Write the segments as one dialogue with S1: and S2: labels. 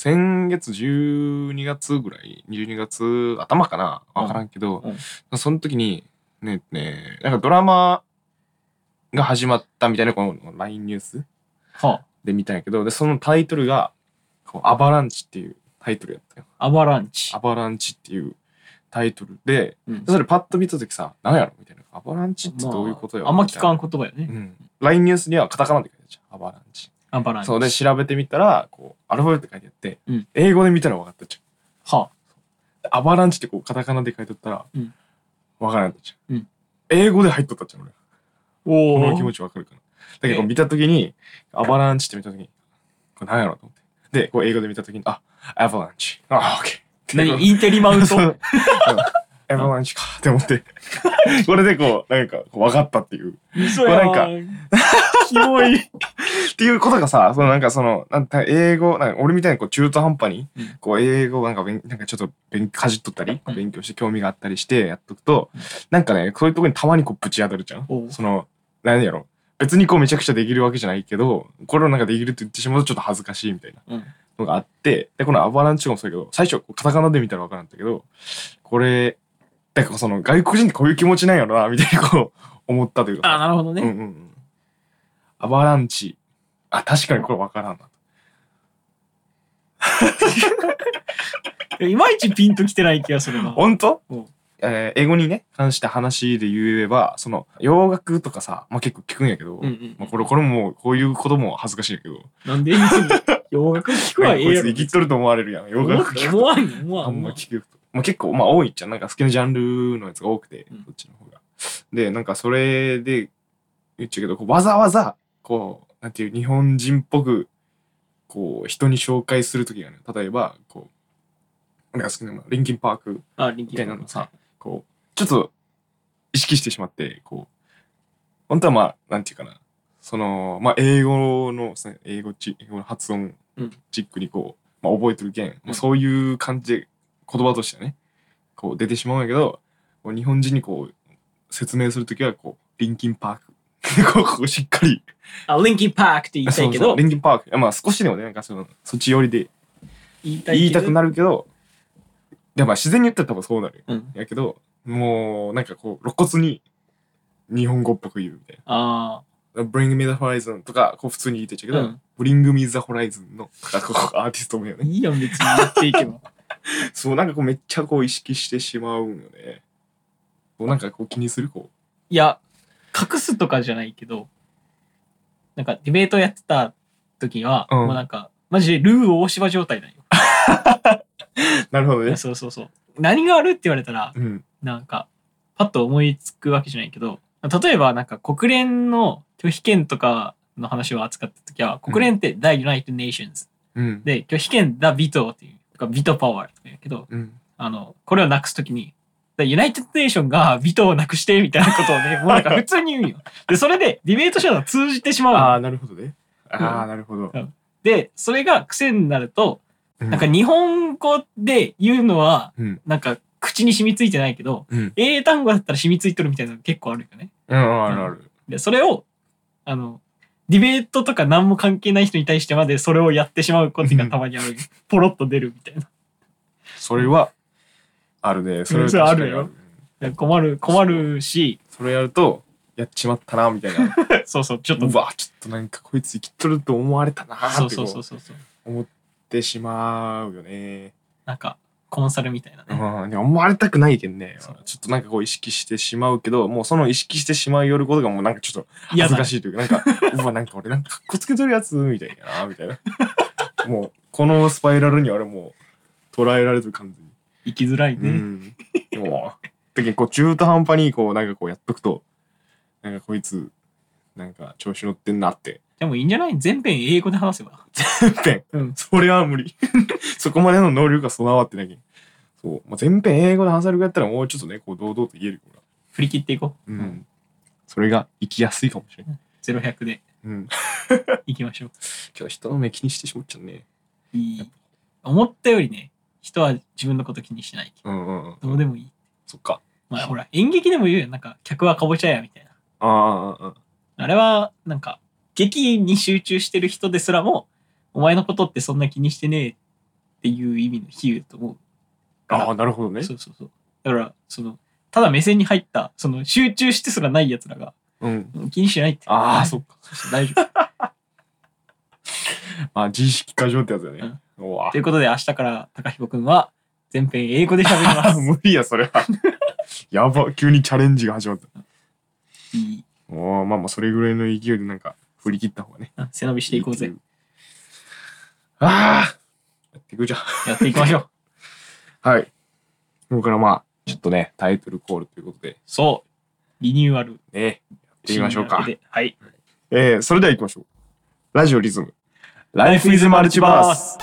S1: 先月12月ぐらい12月頭かな分からんけど、
S2: うん
S1: その時にねねなんかドラマが始まったみたいなこの LINE ニュース
S2: は
S1: で見たんやけどでそのタイトルがこう「アバランチ」っていうタイトルやったよ。
S2: あ、アバランチ
S1: ア。バランチっていうタイトルで
S2: うん
S1: それパッと見た時さ「何やろ?」みたいな「アバランチってどういうことよ?
S2: まああんま聞か
S1: ん、
S2: ん言葉よね。
S1: うん、LINE ニュースにはカタカナで書いてあるじゃんアバランチ。
S2: アバランチ。
S1: そうで調べてみたらこうアルファベット書いてあって、
S2: うん
S1: 英語で見たら分かったじ
S2: は
S1: ゃんアバランチってこうカタカナで書いてあったら、
S2: うん
S1: 分からんかったじゃん、
S2: うん
S1: 英語で入っとったじゃん俺
S2: お
S1: こ
S2: お。
S1: の気持ち分かるかなだけどこう見た時にアバランチって見た時にこれ何やろうと思ってでこう英語で見た時にあアバランチあオッケー
S2: 何インテリマウン ト
S1: そうアバランチかって思ってこれでこうなんかこう分かったっていう
S2: 嘘やん
S1: こ
S2: キモい。
S1: っていうことがさ、そのなんかその、なんか英語、なんか俺みたいにこう中途半端に
S2: うん、
S1: こう英語なんか勉なんかちょっと勉かじっとったり
S2: う、ん
S1: 勉強して興味があったりしてやっとくと、なんかね、そういうとこにたまにこうぶち当たるじゃん
S2: お。う
S1: その、何やろ。別にこうめちゃくちゃできるわけじゃないけど、これをなんかできるって言ってしまうとちょっと恥ずかしいみたいな
S2: うん
S1: のがあって、で、このアバランチとかもそうだけど、最初こうカタカナで見たらわからんだけど、これ、だからその外国人ってこういう気持ちなんやろな、みたいにこう思ったというかさ
S2: あ、なるほど
S1: う
S2: ね。
S1: んうんうん。アバランチ。あ、確かにこれ分からんな。
S2: いまいちピンときてない気がするな。
S1: 本当
S2: うん
S1: えー英語にね、関して話で言えば、その、洋楽とかさ、まあ、結構聞くんやけど、
S2: うんうん
S1: まあ、これ、これも、こういうことも恥ずかしいんやけど、
S2: なんでいつも洋楽聞く
S1: な
S2: は
S1: んか
S2: ええ
S1: こい
S2: や
S1: つ
S2: ろ
S1: 生。きっとると思われるやん。洋楽聞く
S2: 思
S1: と。
S2: わんよ思わん
S1: あんま
S2: 思わん
S1: 聞くこと。まあ、結構、まあ、多いじゃん。なんか好きなジャンルのやつが多くて、
S2: うん
S1: こっちの方が。で、なんかそれで言っちゃうけど、こうわざわざ、こう、なんていう、日本人っぽく、こう、人に紹介するときがね、例えば、こう、なんか好きなの、リンキンパーク
S2: あ、人
S1: み
S2: 気
S1: たいなのさ、こう、ちょっと意識してしまって、こう、本当はまあ、なんていうかな、その、まあ、英語の、その英語ち、英語の発音
S2: うん
S1: チックにこう、まあ、覚えてるけん、
S2: う
S1: まあ、
S2: ん
S1: そういう感じで言葉としてね、こう出てしまうんやけど、こう日本人にこう、説明するときは、こう、リンキンパーク。こう こうしっかり。
S2: あ、リンキンパークって言いたいけ
S1: そうそ
S2: ど
S1: うリ、ンキンパーク。まあ少しでもね、なんかその、そっち寄りで
S2: 言いたい
S1: 言いた
S2: け
S1: く
S2: ど。
S1: なるけど、でもまあ自然に言ったら多分そうなるよ。
S2: うん
S1: やけど、もう、なんかこう、露骨に日本語っぽく言うみたい
S2: あ
S1: な。Bring Me the Horizon とか、こう普通に言ってたけ
S2: あ。
S1: ど、
S2: うん。
S1: Bring Me the Horizon のとか、こうアーティストもよね。
S2: いいやん、別に言っていけば。
S1: そう、なんかこうめっちゃこう意識してしまうんよね。こうなんかこう気にするこ
S2: いや、隠すとかじゃないけど、なんかディベートやってた時は、
S1: うん
S2: もうなんか、マジでルー大芝状態なんよ。
S1: う。なるほどね。
S2: そうそうそう。何があるって言われたら、
S1: うん。
S2: なんか、パッと思いつくわけじゃないけど、例えばなんか国連の拒否権とかの話を扱った時は、国連って The United Nations
S1: うん。
S2: で、拒否権 The Veto っていう、とか Veto Power とか言うけど、
S1: うん。
S2: あの、これをなくすときに、ユナイテッドネーションがビトをなくしてみたいなことを ね、もうなんか普通に言うんよ。で、それでディベートしたの通じてしまう
S1: あ
S2: の。
S1: あ、なるほどね。ああ、なるほど。
S2: で、それが癖になると、
S1: な
S2: なんか、日本語で言うのは、
S1: うん。
S2: なんか口に染みついてないけど、
S1: うん。
S2: 英単語だったら染みついてるみたいなの結構あるよね。
S1: うん、あるある。
S2: で、それを、あの、ディベートとか何も関係ない人に対してまでそれをやってしまうことがたまにある。ポロッと出るみたいな。
S1: それは、あるね。それは確かに
S2: それあるよ。で困る、困る し、
S1: それやると、やっちまったな、みたい な。
S2: そうそう、ちょっと。
S1: うわちょっとなんかこいつ生きとると思われたな
S2: そ
S1: ーっ
S2: う
S1: てこ
S2: そうそう
S1: う
S2: そうそう。
S1: 思ってしまうよね、
S2: なんか、コンサルみたいな
S1: う
S2: ね。
S1: ん、でも思われたくないけんね
S2: そう
S1: ちょっとなんかこう意識してしまうけどもうその意識してしまうよることがもうなんかちょっと恥ずか
S2: い。
S1: しいというかなんか うわなんか俺なんかかっこつけとるやつみたいなみたいなもうこのスパイラルに俺もう捉えられてる感じ
S2: 生きづらい
S1: に、う
S2: ね。
S1: ん、でもだけどこう中途半端にこうなんかこうやっとくとなんかこいつなんか調子乗ってんなって
S2: でもいいんじゃない全編英語で話せば。
S1: ペン
S2: うん。
S1: それは無理。 そこまでの能力が備わってなきゃ。そう。まあ、全編英語で話せるぐらいやったらもうちょっとね、こう堂々と言えるから。
S2: 振り切っていこう。
S1: うん。。それが生きやすいかもしれない。
S2: ゼロ百で
S1: うん。
S2: いきましょう。
S1: ちょっと人の目気にしてしまっちゃうね。
S2: いい。思ったよりね、人は自分のこと気にしない。
S1: うんうんうん。
S2: どうでもいい。
S1: そっか。
S2: まあほら、演劇でも言うよ。なんか、客はかぼちゃや、みたいな。
S1: ああああああ。
S2: あれは、なんか、劇に集中してる人ですらも、お前のことってそんな気にしてねえっっていう意味の比喩だと思うから
S1: ああ、なるほどね。
S2: そうそうそうだからそのただ目線に入ったその集中してすらないやつらが
S1: うん。
S2: うん気にしないって
S1: ああ、そっか。
S2: 大丈夫
S1: まあ、自意識過剰ってやつだね。うわ
S2: ということで明日から高彦くんは全編英語で喋りま す
S1: 無理や、それは。やば、急にチャレンジが始まった。
S2: いい
S1: おーまあまあ、それぐらいの勢いでなんか、振り切った方がね。
S2: うん背伸びしていこう
S1: い
S2: ぜ
S1: いってい。ああやっていくじゃん。
S2: やっていきまし ょう
S1: はい。ここからまあ、ちょっとね、タイトルコールということで、
S2: そうリニューアルやっ
S1: ね、やっていきましょうか。
S2: はい
S1: えー、それでは行きましょう。ラジオリズム。ライフイズマルチバース。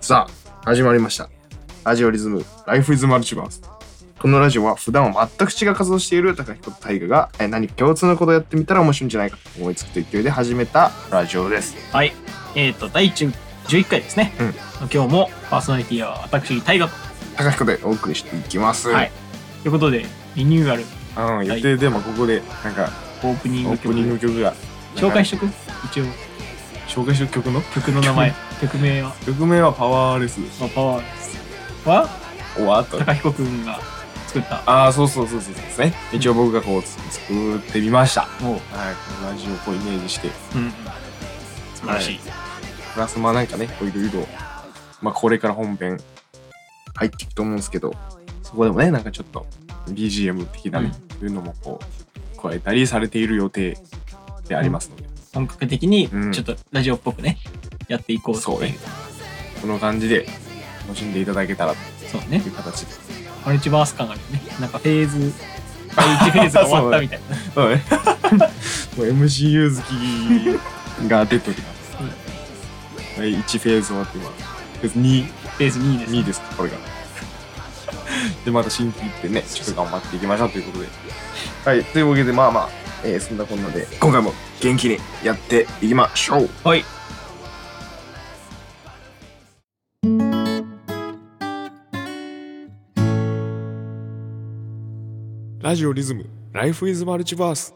S1: さあ、始まりました。ラジオリズム、ライフイズマルチバース。このラジオは普段は全く違う活動をしている高彦と大我がえー何か共通のことをやってみたら面白いんじゃないかと思いつく勢いで始めたラジオです。
S2: はいえっ、と第10 11回ですね、
S1: うん
S2: 今日もパーソナリティは私大河
S1: 高彦でお送りしていきます。
S2: と、はい、ということでリニューアル
S1: うん、予定でもここでなんか
S2: オープニン
S1: オ
S2: グ
S1: ープニング
S2: 曲
S1: 曲が
S2: 紹介し
S1: し
S2: とく一応
S1: 紹介しとく曲の
S2: 曲の 名前曲名は、
S1: 曲名はパワーレスです。
S2: まあ、パワーですは
S1: 終わった。
S2: 高彦くんが作った
S1: ああ、そうそうそうそうそうですね。一応僕がこうつ作ってみました。
S2: もう、
S1: はい、このラジオをこうイメージして、
S2: うん、素晴らしい、
S1: プラスまあなんかね、こういろいろ、まあこれから本編入っていくと思うんですけど、そこでもね、なんかちょっと BGM 的なね、いうのもこう、加えたりされている予定でありますので、
S2: 本格的に
S1: うん
S2: ちょっとラジオっぽくね、やっていこうってい
S1: そうねこの感じで楽しんでいただけたらと
S2: そうね
S1: いう形で。
S2: マルチバース感があるよねなんかフェー ズ第1フェーズが終わったみたいな
S1: そうね。もう MCU 好きが出ております。はい、1フェーズ終わってます。フェーズ2、
S2: フェーズ2です
S1: 2ですか、これが。で、また新規行ってね、ちょっと頑張っていきましょうということで。はい、というわけで、まあまあ、えーそんなこんなで、今回も元気にやっていきましょう。
S2: はい
S1: ラジオリズム、ライフイズマルチバース。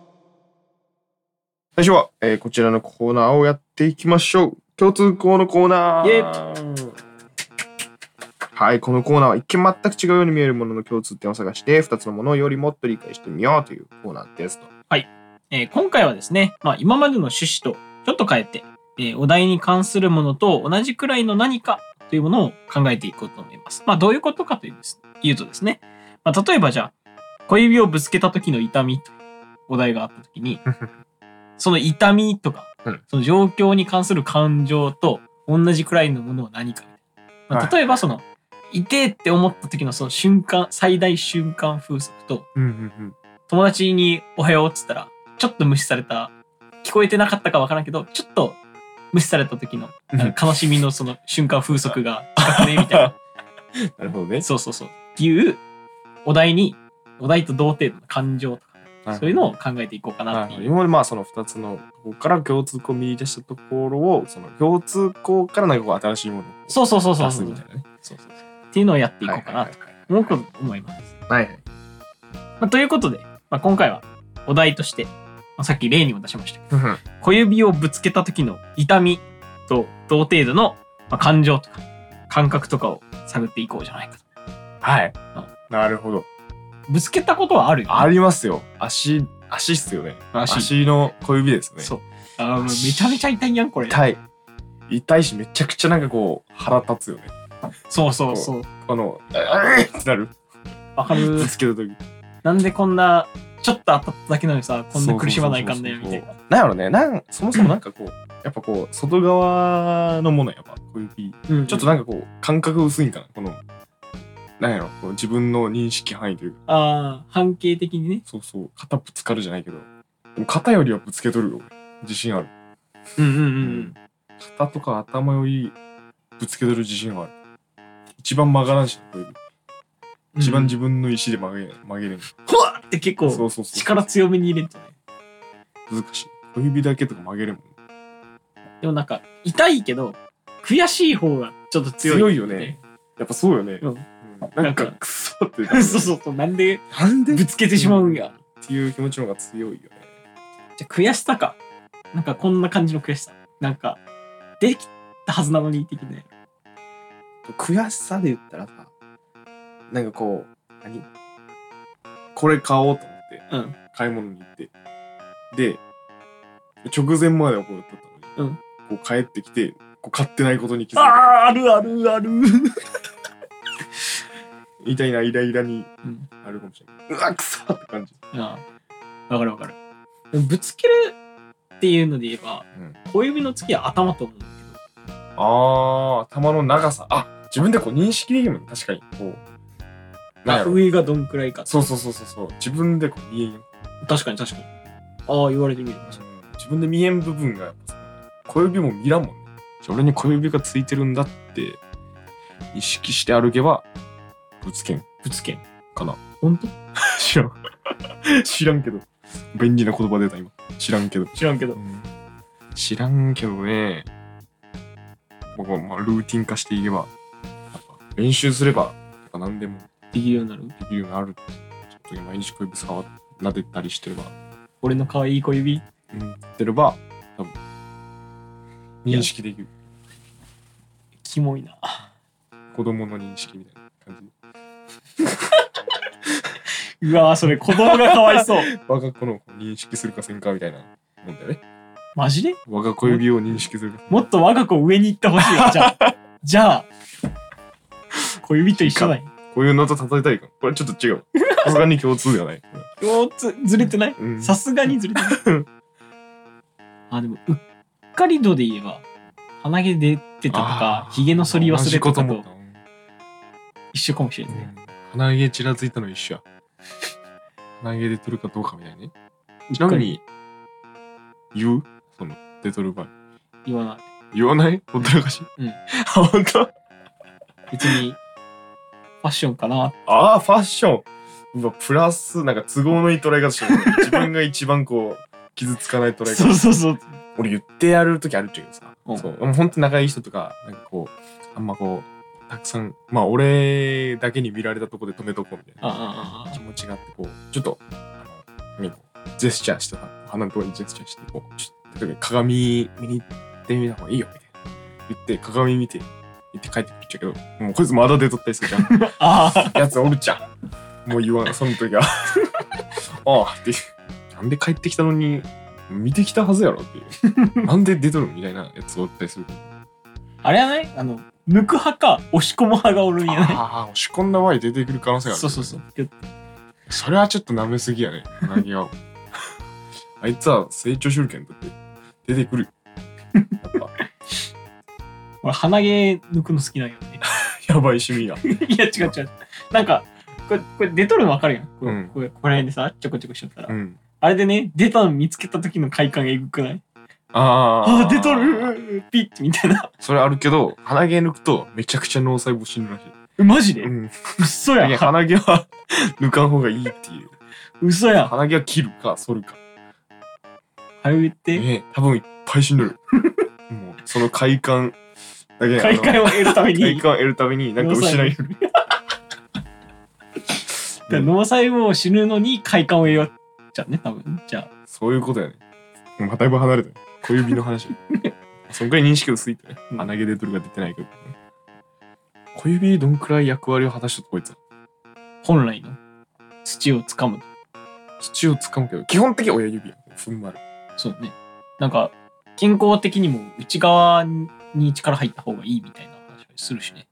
S1: 最初は、えーこちらのコーナーをやっていきましょう。共通項のコーナー。
S2: イエ
S1: はい、このコーナーは一見全く違うように見えるものの共通点を探して、2つのものをよりもっと理解してみようというコーナーですと。
S2: えー今回はですね、まあ、今までの趣旨とちょっと変えて、えーお題に関するものと同じくらいの何かというものを考えていこうと思います。まあ、どういうことかというです言うとですね、まあ、例えばじゃあ、小指をぶつけた時の痛みというお題があった時に、その痛みとか
S1: うん、
S2: その状況に関する感情と同じくらいのものは何か。まあ、
S1: はい
S2: 例えばその、痛えって思った時のその瞬間、最大瞬間風速と、
S1: うんうん
S2: 友達に「おはよう」っつったらちょっと無視された聞こえてなかったかわからんけどちょっと無視された時の
S1: うん
S2: なんか悲しみのその瞬間風速が高くね みたい
S1: なるほどね
S2: な。そうそうそうっていうお題にお題と同程度の感情とかそういうのを考えていこうかな
S1: は
S2: って
S1: い、
S2: いう
S1: 今までまあその2つのここから共通項を見出したところをその共通項からなんかこう新しいものを
S2: そうそうそうそう
S1: 出
S2: そ
S1: す
S2: うそ
S1: み
S2: う
S1: たいなね。
S2: そうそうっていうのをやっていこうかな
S1: はい
S2: と思うと思います、
S1: はいはい。
S2: まあ、ということで、まあ、今回はお題として、まあ、さっき例にも出しましたけど
S1: はいはい
S2: 小指をぶつけた時の痛みと同程度のまあ感情とか感覚とかを探っていこうじゃないかと
S1: はい。なるほど。
S2: ぶつけたことはあるよ、ね、
S1: ありますよ。足、足っすよね。
S2: 足
S1: 足の小指ですね。
S2: そうあーもうめちゃめちゃ痛いやんこれ
S1: 痛い。痛いし、めちゃくちゃなんかこう腹立つよね。
S2: そうそうそう
S1: この、あーってなる。
S2: わかる
S1: ぶつけた時。
S2: なんでこんなちょっと当たっただけなのにさこんな苦しまないかんだよ
S1: そう
S2: み
S1: そう
S2: た
S1: そう
S2: いな
S1: なんやろね。なんそもそもなんかこう、やっぱこう、外側のものやっぱ小指。
S2: うん
S1: ちょっとなんかこう、感覚薄いんかな。この、なんやろ、こう自分の認識範囲というか、
S2: あー半径的にね
S1: そうそう、肩ぶつかるじゃないけど、でも肩よりはぶつけとるよ、俺自信ある。
S2: うんうんうん、
S1: 肩とか頭よりぶつけとる自信はある。一番曲がらんしな、こういう一番自分の石で曲げ曲げれん。
S2: 分ほわって結
S1: そ
S2: 構
S1: うそうそう。
S2: 力強めに入れるんじゃない
S1: 難しい。小指だけとか曲げれんもん。
S2: でもなんか痛いけど苦悔しい方がちょっと強い。
S1: 強いよね。やっぱそうよね。
S2: うん
S1: うんなんか
S2: なんか
S1: クソって
S2: そうそうそう。なんで
S1: なんで
S2: ぶつけてしまうんや。
S1: っていう気持ちの方が強いよね。
S2: じゃあ悔しさか。なんかこんな感じの悔しさ。なんか、できたはずなのに、的ね。
S1: 悔しさで言ったらさ、なんかこう、何これ買おうと思って、
S2: うん。
S1: 買い物に行って。で、直前まではこうやってたのに、こう帰ってきて、こう買ってないことに気づいた。
S2: あー、あるあるある。
S1: みたいなイライラに
S2: うん。
S1: あるかもしれない。うわ、くそって感じ。
S2: ああ。わかるわかる。でもぶつけるっていうので言えば、
S1: うん
S2: 小指の次は頭と思うんだ
S1: あー、玉の長さ。あ、自分でこう認識できるもん、確かに。こう。なんや
S2: けど、
S1: ろ
S2: 上がどんくらいか。
S1: そうそうそうそうそう。自分でこう見えん。
S2: 確かに確かに。ああ、言われてみる。
S1: 自分で見えん部分がやっぱさ小指も見らんもんね俺に小指がついてるんだって意識して歩けばぶつけん
S2: ぶつけん。
S1: かな
S2: ほんと
S1: 知らん 知らんけど便利な言葉出た今知らんけど、
S2: 知らんけど。
S1: 知らんけどね僕はまあルーティン化していけばやっぱ練習すればやっぱ何でも
S2: できるようになる。
S1: できるようになるちょっと毎日小指触っ撫でたりしてれば
S2: 俺の可愛い小指。
S1: うんってれば多分
S2: いや
S1: 認識できる
S2: キモいな。
S1: 子供の認識みたいな感
S2: うわー、それ子供がかわいそう。
S1: じ我が子の認識するかせんかみたいなもんだよね
S2: マジで
S1: 我が子指を認識するか
S2: もっと我が子を上に行ってほしいわ。じゃあ。 じゃあ。小指と一緒だよ。
S1: こういうのと叩いたいかこれちょっと違うさすがに共通ではない
S2: おーつずれてない
S1: うん
S2: さすがにずれて ない。あ、でも、うっかり度で言えば、鼻毛出てたとか、
S1: あー
S2: 髭の剃り忘れてた
S1: 同じ
S2: と
S1: こと思った
S2: 一緒かもしれな
S1: う
S2: いね。
S1: ん鼻毛ちらついたの一緒や鼻毛出てるかどうかみたいなねちなみに言うその出とる場合
S2: 言わない。
S1: 言わないほったらかし
S2: うん
S1: 本当
S2: 別に、ファッションかな。
S1: ああ、ファッション。うわ、プラス、なんか都合のいい捉え方してる。自分が一番こう、 傷つかない捉え
S2: そう
S1: 方。
S2: そうそう。
S1: 俺言ってやるときあるっちゃうけどさ。
S2: うん
S1: そう。もうほんと仲いい人とか、なんかこう、あんまこう、たくさん、まあ俺だけに見られたとこで止めとこうみたい
S2: ああ
S1: な
S2: あああ
S1: 気持ちがあって、こう、ちょっと、あの、何こうジェスチャーしてさ、鼻のところにジェスチャーして、こう、ちょっと、例えば鏡見に行ってみた方がいいよ、みたいな。言って、鏡見て、行って帰ってくっちゃうけど、もうこいつまだ出とったりするじゃん。
S2: あ。ああ。
S1: やつおるじゃん。もう言わん、その時は。 ああって。なんで帰ってきたのに、見てきたはずやろって いう。なんで出とるみたいなやつおったりする。
S2: あれやないあの、抜く派か、押し込む派がおるんやない
S1: ああ、押し込んだ場合出てくる可能性がある。
S2: そうそうそう。
S1: それはちょっと舐めすぎやね。何が。 あいつは成長しるけんだって。出てくる。やっ
S2: 俺、鼻毛抜くの好きなんよね。
S1: ぱ、やばい趣 味や。
S2: いや、違う違う。なんか、これ、これ出とるの分かるやん。こ
S1: う
S2: れ、
S1: ん
S2: これこれ辺でさ、ちょこちょこしちゃったら。
S1: うん。
S2: あれでね、出たの見つけた時の快感えぐくない
S1: あ
S2: あ
S1: あ。
S2: あ、出とるうううピッてみたいな。
S1: それあるけど、鼻毛抜くとめちゃくちゃ脳細胞死ぬらしい。
S2: えマジで
S1: うん。い
S2: 嘘や
S1: や
S2: ん。
S1: 鼻毛は抜かん方がいいっていう。
S2: 嘘やん。
S1: 鼻毛は切るか剃るか。
S2: はよ言って、
S1: ねえ多分いっぱい死んどる。 もうその快感だけ
S2: 快
S1: あの
S2: 感を得るため
S1: 快
S2: に、
S1: 感を得るためになんか失 いよる。うん
S2: 脳細胞を死ぬのに快感を得よう。じゃあね、多分。じゃあ、
S1: そういうことやね。もうまただいぶ離れたよ小指の 話。そんくらい認識薄いってね。
S2: うん
S1: 鼻毛出とるか出てないか。小指どんくらい役割を果たしとったこいつは
S2: 本来の土を掴む。
S1: 土を掴むけど、基本的に親指や。ふんまる。
S2: そうね。なんか、健康的にも内側に力入った方がいいみたいな話をするしね。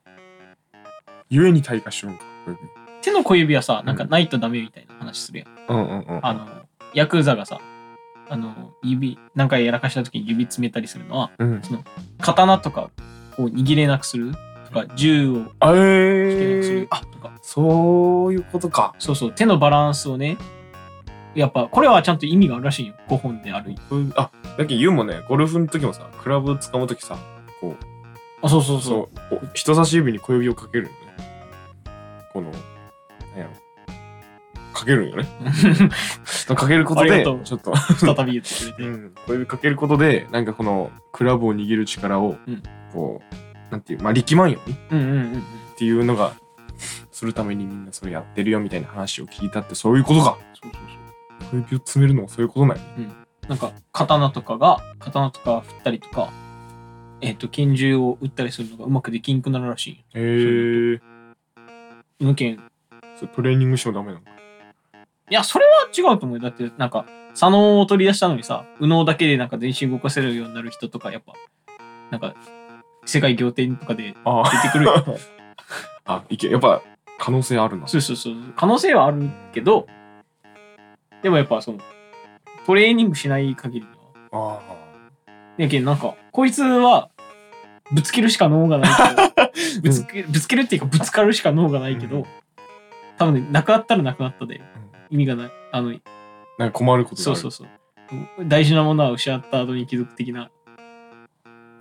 S1: ゆえに退化しとるんか、小指。
S2: 手の小指はさ、なんかないとダメみたいな話するやん。
S1: うんうんうん。
S2: あの、ヤクザがさ、あの、指、何回やらかした時に指詰めたりするのは、
S1: うん。
S2: 刀とかを握れなくするとか、銃を引
S1: あえ
S2: けなくす
S1: ー
S2: る、とか、
S1: そういうことか。
S2: そうそう、手のバランスをね、やっぱ、これはちゃんと意味があるらしいよ。5本である。
S1: うんあだっけ言うもんねゴルフの時もさクラブ掴む時さこう
S2: あ、そうそうそう。
S1: そうこう人差し指に小指をかけるんよねこのなんやろかけるんよね かけること
S2: あ
S1: でち
S2: りがとう
S1: ょっと、
S2: 再び言ってくれ
S1: う
S2: て。
S1: ん、小指かけることでなんかこのクラブを握る力を
S2: うん
S1: こうなんていう、まあ、力まんようにっ
S2: うんうんうんうん。
S1: ていうのが、するためにみんなそれやってるよみたいな話を聞いたって、そういうことか。
S2: そうそうそう。
S1: 小指を詰めるのもそういうことなんやね。
S2: なんか刀とかが刀とか振ったりとか、えっ、と拳銃を撃ったりするのがうまくできんくなるらしいよ。
S1: へ
S2: ー
S1: ー。
S2: 無限。
S1: それトレーニングしてもダメなのか。
S2: いやそれは違うと思うよ。だってなんか左脳を取り出したのにさ右脳だけでなんか全身動かせるようになる人とかやっぱなんか世界仰天とかで
S1: あ
S2: 出てくるよ。
S1: あ、いけ、やっぱ可能性あるな。
S2: そうそうそう。可能性はあるけど、でもやっぱその、トレーニングしない限りは。
S1: あ
S2: やけんなんか、こいつは、ぶつけるしか脳 がないけど、ぶつけぶつけるっていうか、ぶつかるしか脳がないけ
S1: う
S2: ど
S1: ん、
S2: 多分ね、なくなったらなくなったで、意味がない。あの、
S1: あ。なんか困ることが
S2: そ
S1: あ
S2: う
S1: る
S2: そうそう。大事なものは失った後に貴族的な。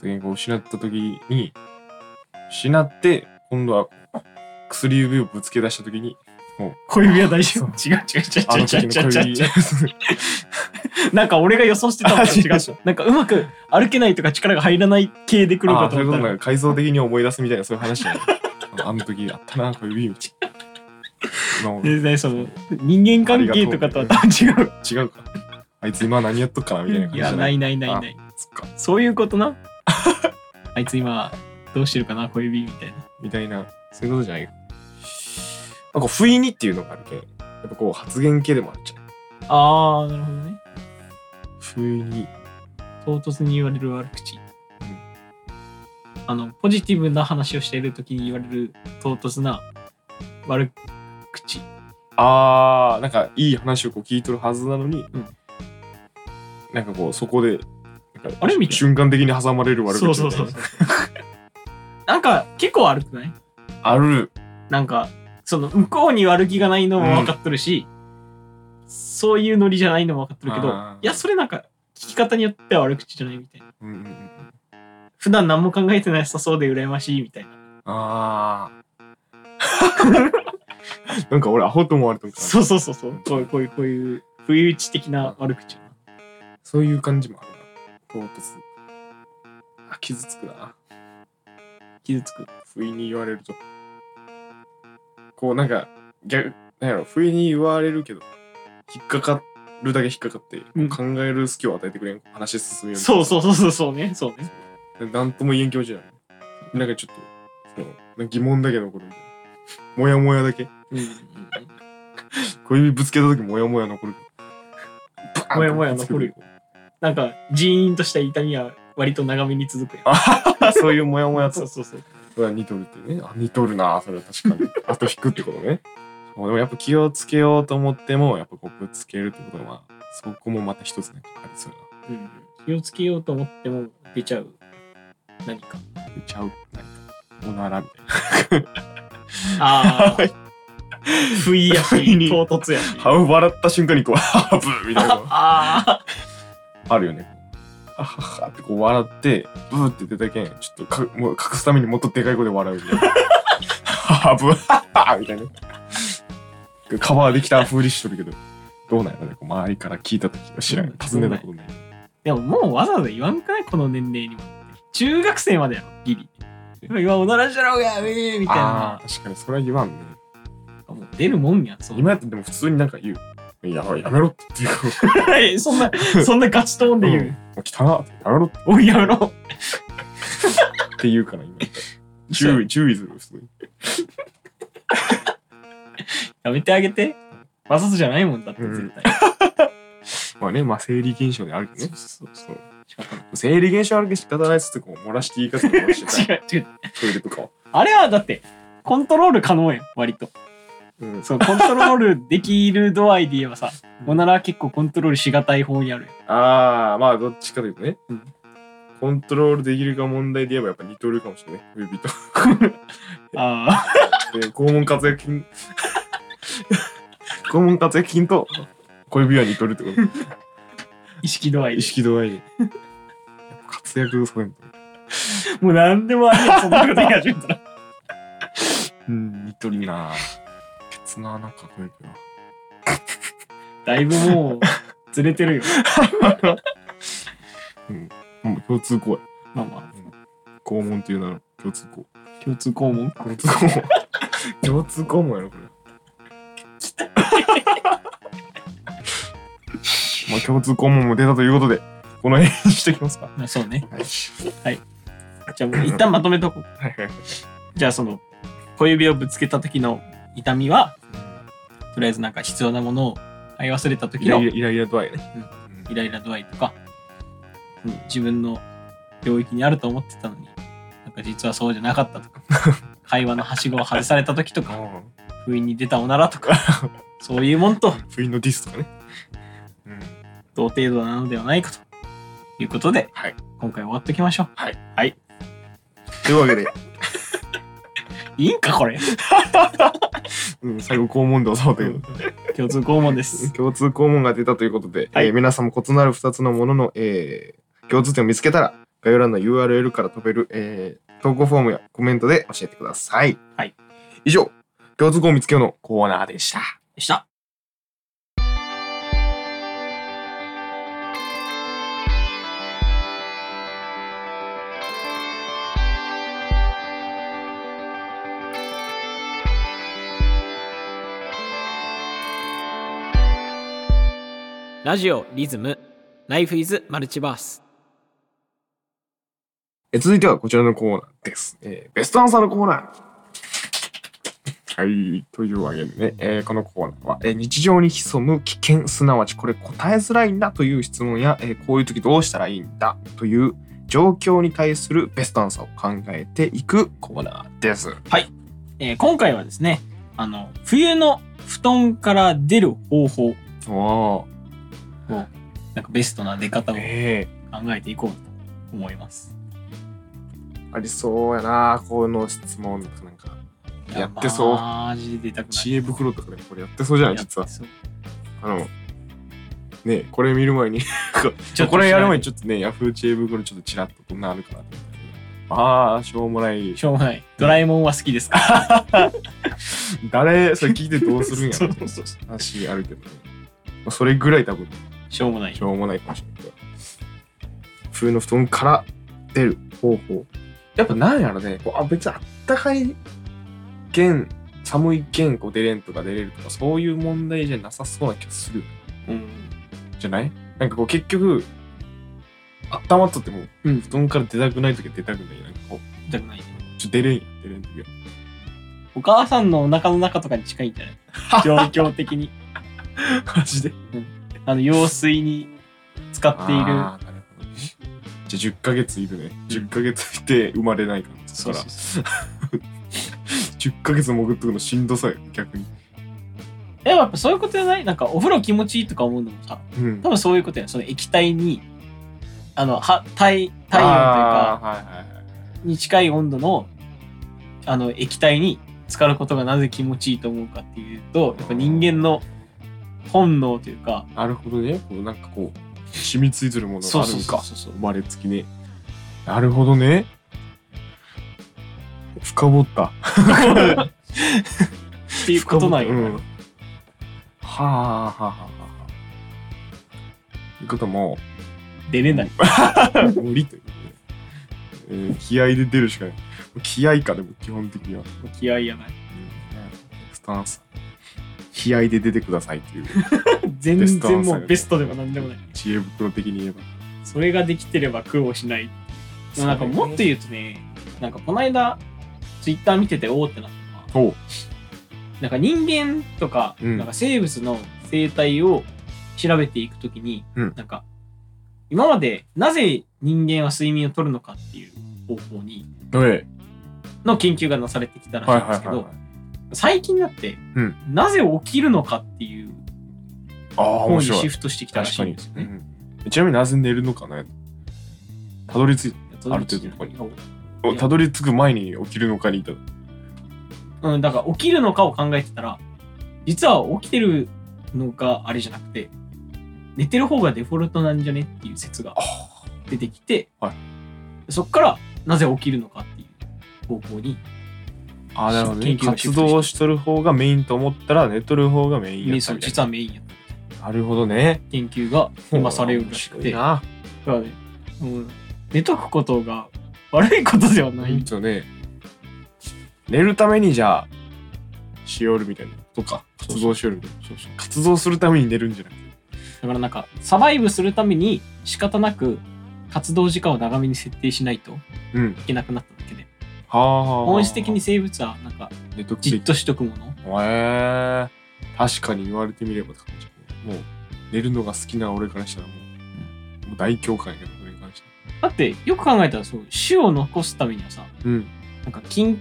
S1: 言語を失った時に失って今度は薬指をぶつけ出した時に
S2: 小指は大丈夫。違う
S1: あ
S2: 違う違
S1: の
S2: う違
S1: 時
S2: う
S1: の
S2: 違う
S1: 小
S2: 違う違
S1: 指
S2: う。 なんか俺が予想してたのと違 うし。なんかうまく歩けないとか力が入らない系で来る
S1: あ
S2: か
S1: あ
S2: と
S1: そういうこと
S2: 思ったら
S1: なんか改造的に思い出すみたいなそういう話じゃないあのあの時あったな小指みたいなの
S2: 全然その人間関係とかとは多分違う。
S1: 違うかあいつ今何やっとっかなみたいな感
S2: い
S1: じじ
S2: や、
S1: ゃ
S2: な
S1: ない
S2: いないないない。
S1: そっか
S2: そういうことな。 あいつ今、どうしてるかな、小指みたいな。
S1: みたいなそういうことじゃないなんか不意にっていうのがあるけんやっぱこう発言系でもあるじゃん
S2: あー、なるほどね。
S1: 不意に
S2: 唐突に言われる悪口
S1: ん。
S2: あの、ポジティブな話をしているときに言われる唐突な悪口。
S1: あーなんかいい話をこう聞いとるはずなのに、
S2: うん
S1: なんかこうそこでなんか
S2: あれみたいな
S1: 瞬間的に挟まれる悪口
S2: そう
S1: みたい
S2: そ
S1: な
S2: うそう そう。なんか、結構悪くない
S1: ある
S2: なんか、その、向こうに悪気がないのも分かっとるし、そういうノリじゃないのも分かっとるけど
S1: あ、ー
S2: いや、それなんか、聞き方によっては悪口じゃないみたいな。
S1: うんうんうん
S2: 普段何も考えてなさそうで羨ましいみたいな。
S1: あー なんか俺アホと思われたんかな
S2: そうそうそうそう。こういう、こういう、こういう、不意打ち的な悪口。
S1: そういう感じもあるな唐突あ傷つくな
S2: 傷つく。
S1: 不意に言われるとこうなんか逆なんやろ不意に言われるけど引っかかるだけ引っかかって、
S2: うん
S1: 考える隙を与えてくれん話進むように
S2: そうそうそうそうそうね。そうね。
S1: なんとも言えん気持ちだね。なんかちょっと、その疑問だけ残るみたいな。もやもやだけ。
S2: うん。
S1: 小指ぶつけた時もやもや残る。
S2: もやもや残るよ。なんか、ジーンとした痛みは割と長めに続くよ。
S1: あそういうもやもや
S2: そう
S1: と。
S2: そうそう。
S1: それは似とるっていうね。あ、似とるなそれは確かに。あと引くってことね。そうでもやっぱ気をつけようと思っても、やっぱこうぶつけるってことは、そこもまた一つなんかありそうや
S2: うん。気をつけようと思っても出ちゃう。何か。
S1: な。でちゃう、なんか、おならみたいな。
S2: ああ。不意や
S1: 不意
S2: し、
S1: に
S2: 唐突 やし。
S1: はう笑った瞬間にこう、ハブーみたいな。
S2: あ
S1: あるよね。あははってこう笑って、ブーって出たけん、ちょっとかもう隠すためにもっとでかい声で笑うみたいな。ははブーははみたいな。カバーできたふりしとるけど、どうなんやろね、こう周りから聞いたときは知らん。尋ねたことない。
S2: ーでももうわざわざ言わんくないこの年齢にも。中学生までやろ、ギリ。今おならしたろうが、うえーみたい
S1: あ
S2: な。
S1: あ、確かにそれは言わんね。
S2: もう出るもんやん、そん
S1: 今
S2: な。
S1: やってでも普通になんか言う。ややめろっていう。
S2: そんな、そんなガチトーンで言う。
S1: もう汚なやめろっ
S2: おいやめろ。
S1: て言うから、今。 注意、注意する、普通に。
S2: やめてあげて。摩擦じゃないもんだって、絶対。
S1: まあね、まあ生理現象であるけどね。
S2: そうそう
S1: そう
S2: 仕方ない
S1: 生理現象あるけど仕方ないっつってこう漏らして言い方を漏らして た
S2: 違う違う。
S1: トイレとかを。
S2: あれはだって、コントロール可能やん、割と。
S1: うん
S2: そう、コントロールできる度合いで言えばさ、
S1: うん
S2: おならは結構コントロールしがたい方にあるやん。
S1: ああ、まあどっちかというとね、
S2: うん
S1: コントロールできるか問題で言えばやっぱ似とるかもしれない。指 と。
S2: あ
S1: で肛門活躍筋。肛門活躍筋と小指は似とるってこと。
S2: あ、意識度合いで
S1: 意。識度合いで。やっぱ活躍そうやん。
S2: もう何でもありやん、そんなこと言い始めたら。
S1: うん、似とるなぁ。ケツの穴か小指は。
S2: だいぶもう、ずれ てるよ。
S1: もう共通項や。
S2: まあまあ。
S1: 肛門っていうなの共通項
S2: 共通項目
S1: 共通項門 共通項門や ろこれまあ共通項門も出たということでこの辺にしてきますか
S2: まあそうね。
S1: はい
S2: じゃあもう一旦まとめ とこう。
S1: はいはい
S2: じゃあその小指をぶつけた時の痛みは、とりあえずなんか必要なものを買い忘れた時
S1: イラ
S2: の
S1: イラ
S2: イ
S1: イライラ度合いね、
S2: うん
S1: うん
S2: ライラ度合いとか、うん自分の領域にあると思ってたのに、なんか実はそうじゃなかったと か、会話のはしごを外された時とか、
S1: あ
S2: 不意に出たおなら とか、そういうもんと
S1: あ不意のディスとかねうん
S2: 同程度なのではないかということで、
S1: はい
S2: 今回終わっておきましょう。
S1: というわけで、
S2: いいんかこれ。
S1: うん、最後肛門で収まったけど
S2: 共通項門です。
S1: 共通項問が出たということで、
S2: はい
S1: えー皆さんも異なる2つのものの、えー共通点を見つけたら概要欄の URL から飛べる、えー投稿フォームやコメントで教えてください。
S2: はい、
S1: 以上共通項を見つけようのコーナーでした。
S2: でした。ラジオリズムライフイズマルチバース
S1: えー続いてはこちらのコーナーです。えーベストアンサーのコーナーはい。というわけでね、えーこのコーナーは、えー日常に潜む危険、すなわちこれ答えづらいんだという質問や、えーこういう時どうしたらいいんだという状況に対するベストアンサーを考えていくコーナーです。
S2: えー今回はですねあの冬の布団から出る方法
S1: おお。
S2: なんかベストな出方を考
S1: ええ
S2: えていこうと思います
S1: ありそうやな、この質問なんか。やってそう
S2: マジで出たくない
S1: 知恵袋とかでこれやってそうじゃない実は
S2: や。ってそう
S1: あの、ねえこれ見る前に
S2: ちょっと
S1: これやる前に
S2: し
S1: ちょっとね、ヤフー知恵袋ちょっとちらっとこんなあるかなと思ったけどああ、しょうもない
S2: ょうもないドラえもんは好きですか
S1: 誰、それ聞いてどうするんや
S2: そ
S1: ろ
S2: うそうそう
S1: 話あるけどね。まあそれぐらい多分、
S2: しょうもない
S1: しょうもないかもしれないけど。冬の布団から出る方法。やっぱなんやろね、こうあ別にあったかい弦、寒い弦、こう出れんとか出れるとか、そういう問題じゃなさそうな気がする。
S2: うん
S1: じゃないなんかこう結局、温まっとっても、
S2: うん
S1: 布団から出たくないときは出たくない。なんかこう、
S2: 痛くない
S1: ちょっと出れんやん、出れんときは。
S2: お母さんのお腹の中とかに近いんじゃない 状況的に
S1: マジで
S2: あの用水に使っている
S1: あーなるほどねじゃあ10ヶ月いるね10ヶ月いて生まれないから、そしたら
S2: そう
S1: 10ヶ月潜っとくのしんどさよ逆に
S2: でもやっぱそういうことじゃないなんかお風呂気持ちいいとか思うのもさ
S1: うん
S2: 多分そういうことやんその液体にあのは体体温というか
S1: あーはいはいはい
S2: に近い温度のあの液体に浸かることがなぜ気持ちいいと思うかっていうとやっぱ人間の本能というか
S1: なるほどねこうなんかこう染みついてるもの
S2: そ
S1: が
S2: う
S1: あるん
S2: そうそう
S1: か
S2: そう
S1: 生まれつきねなるほどね深掘った
S2: っていうことなんよ、
S1: うんはあはあはあはあはあということはもう
S2: 出れない
S1: 無理ということで、えー気合で出るしかない気合かでも基本的には、
S2: 気合いやない
S1: スタンス気合で出てくださいという
S2: 全
S1: ベストア
S2: 然
S1: ンサー
S2: も
S1: や
S2: う
S1: ね
S2: ベストでも何でもない
S1: 知恵袋的に言えば
S2: それができてれば苦労しないでもなんかもっと言うとねなんかこの間ツイッター見てておおってなったのは
S1: ほ
S2: なんか人間とか,、
S1: うん
S2: なんか生物の生態を調べていくときに、
S1: うん
S2: なんか今までなぜ人間は睡眠をとるのかっていう方法に
S1: うはい
S2: の研究がなされてきたらし
S1: はい
S2: いんで
S1: はい
S2: すけ
S1: はいはい
S2: ど最近になって、
S1: うん
S2: なぜ起きるのかっていう
S1: ああ
S2: 方
S1: 面
S2: に
S1: 白
S2: シ
S1: い
S2: フトしてきたら
S1: 確
S2: し
S1: か
S2: いん
S1: に
S2: ですよ、
S1: う
S2: ね。
S1: ん、ちなみになぜ寝るのかねたどり着い
S2: どういう
S1: ある程度のとこに
S2: 時
S1: おたどり着く前に起きるのかにいた
S2: うん、だから起きるのかを考えてたら、実は起きてるのがあれじゃなくて、寝てる方がデフォルトなんじゃねっていう説が出てきて、
S1: はい
S2: そっからなぜ起きるのかっていう方向に、
S1: ああ
S2: なるほどね
S1: 活動しとる方がメインと思ったら寝とる方がメインやった
S2: そう
S1: みたい
S2: 実はメインやった
S1: ななるほどね
S2: 研究が今されるらしく
S1: 面白
S2: て、
S1: い
S2: だ
S1: な
S2: からねもう寝とくことが悪いことではな
S1: うん
S2: い。
S1: とね寝るためにじゃあしよるみたいなとか活動しよるみたいな活動するために寝るんじゃなくて
S2: だからなんか、サバイブするために仕方なく活動時間を長めに設定しないと
S1: うん
S2: いけなくなっただけで、
S1: はあはあ
S2: 本質的に生物はなんか、
S1: 寝とく
S2: じっとしとくもの。
S1: へえ確かに言われてみればって感じだねもう寝るのが好きな俺からしたらもう,、もう大境界やけど俺からした
S2: だって、よく考えたらそう、種を残すためにはさ、
S1: らうん
S2: なんか近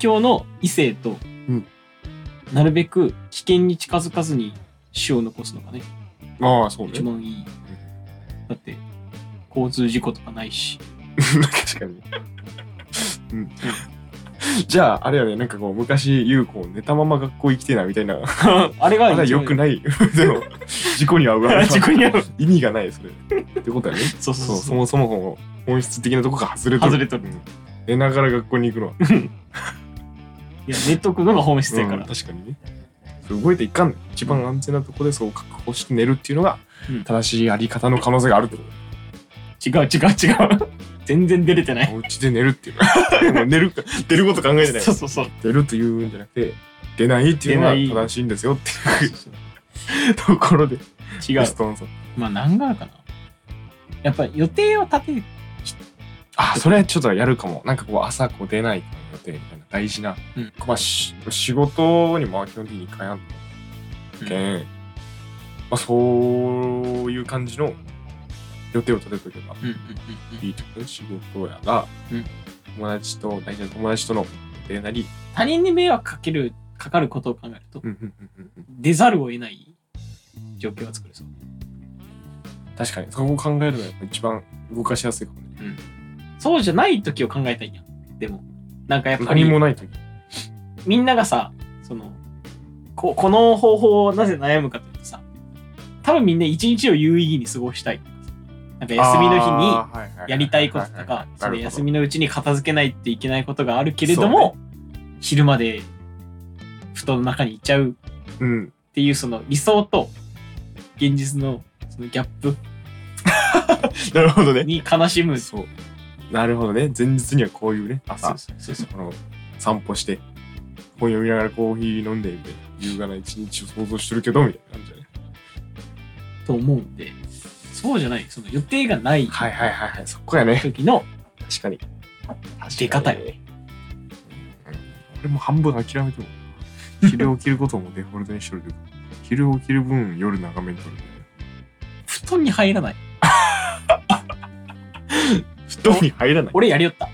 S2: 況の異性と、
S1: ん
S2: なるべく危険に近づかずに種を残すのがね、
S1: ああそうね
S2: 一番いい。だって、交通事故とかないし。
S1: 確かに。うん。じゃあ、あれやね、なんかこう、昔、優子、寝たまま学校行きてえな、みたいな。
S2: あれ
S1: あ
S2: が
S1: れは良く
S2: い。
S1: ない。 でも、事故にはうわ
S2: 事故に遭う
S1: 意味がない、それ。ってことやね。
S2: そうそ
S1: そうう、
S2: そ。
S1: そうもそもこう本質的なとこが外れとる。
S2: 外れとる
S1: うん寝ながら学校に行くのは。
S2: いや、寝とくのが本質だか
S1: うん
S2: ら。
S1: 確かにね。それ動いていかん、一番安全なとこでそう確保して寝るっていうのが
S2: うん
S1: 正しいあり方の可能性があるってこと
S2: 違う違う違う。 全然出れてない。
S1: お家で寝るっていうのはもう寝る寝ること考えてない
S2: そうそうそう。
S1: 出るというんじゃなくて出ないっていうのが
S2: 出ない
S1: 正しいんですよっていうところで
S2: 違
S1: ベ
S2: う
S1: ス。トアンサー
S2: まあ、何があるかな。やっぱり予定を立てる。
S1: あそれちょっとやるかもなんかこう朝こう出ない予定みたいな大事な、
S2: うん
S1: まあ、し仕事にも基本的に行かやんけん、まあ、そういう感じの予定を立てとけば
S2: うんうんうんうん
S1: いいとかね仕事やが、
S2: うん
S1: 友達と大事な友達との予定なり、
S2: 他人に迷惑かける、かかることを考えると、
S1: うんうんうんうんうん
S2: 出ざるを得ない状況が作れそう。
S1: 確かにそこを考えるのがやっぱ一番動かしやすいかもね
S2: そうじゃない時を考えたいやん。でも、なんかやっぱり
S1: 何、もない時
S2: みんながさ、その、ここの方法をなぜ悩むかというとさ、多分みんな一日を有意義に過ごしたいとかさ。なんか休みの日に、
S1: に
S2: やりたいこととか、その休みのうちに片付けないといけないことがあるけれど
S1: そう
S2: も、昼まで布団の中にいちゃうっ
S1: うん
S2: ていうその理想と現実のそのギャップ
S1: なるほどね
S2: に悲しむ。
S1: そうなるほどね前日にはこういうね朝
S2: そうそうそう
S1: この散歩して本読みながらコーヒー飲んでみたいな優雅な一日を想像してるけどみたいな感じだね
S2: と思うんで、そうじゃない、その予定がない
S1: はいはいはいはいそこやね
S2: 時の
S1: 確かに
S2: 出方よね。
S1: 俺も半分諦めても昼起きることもデフォルトにしとるけど 昼起きる分夜長めにとる
S2: 布団に入らない。
S1: 布団に入らない
S2: 俺やりよった。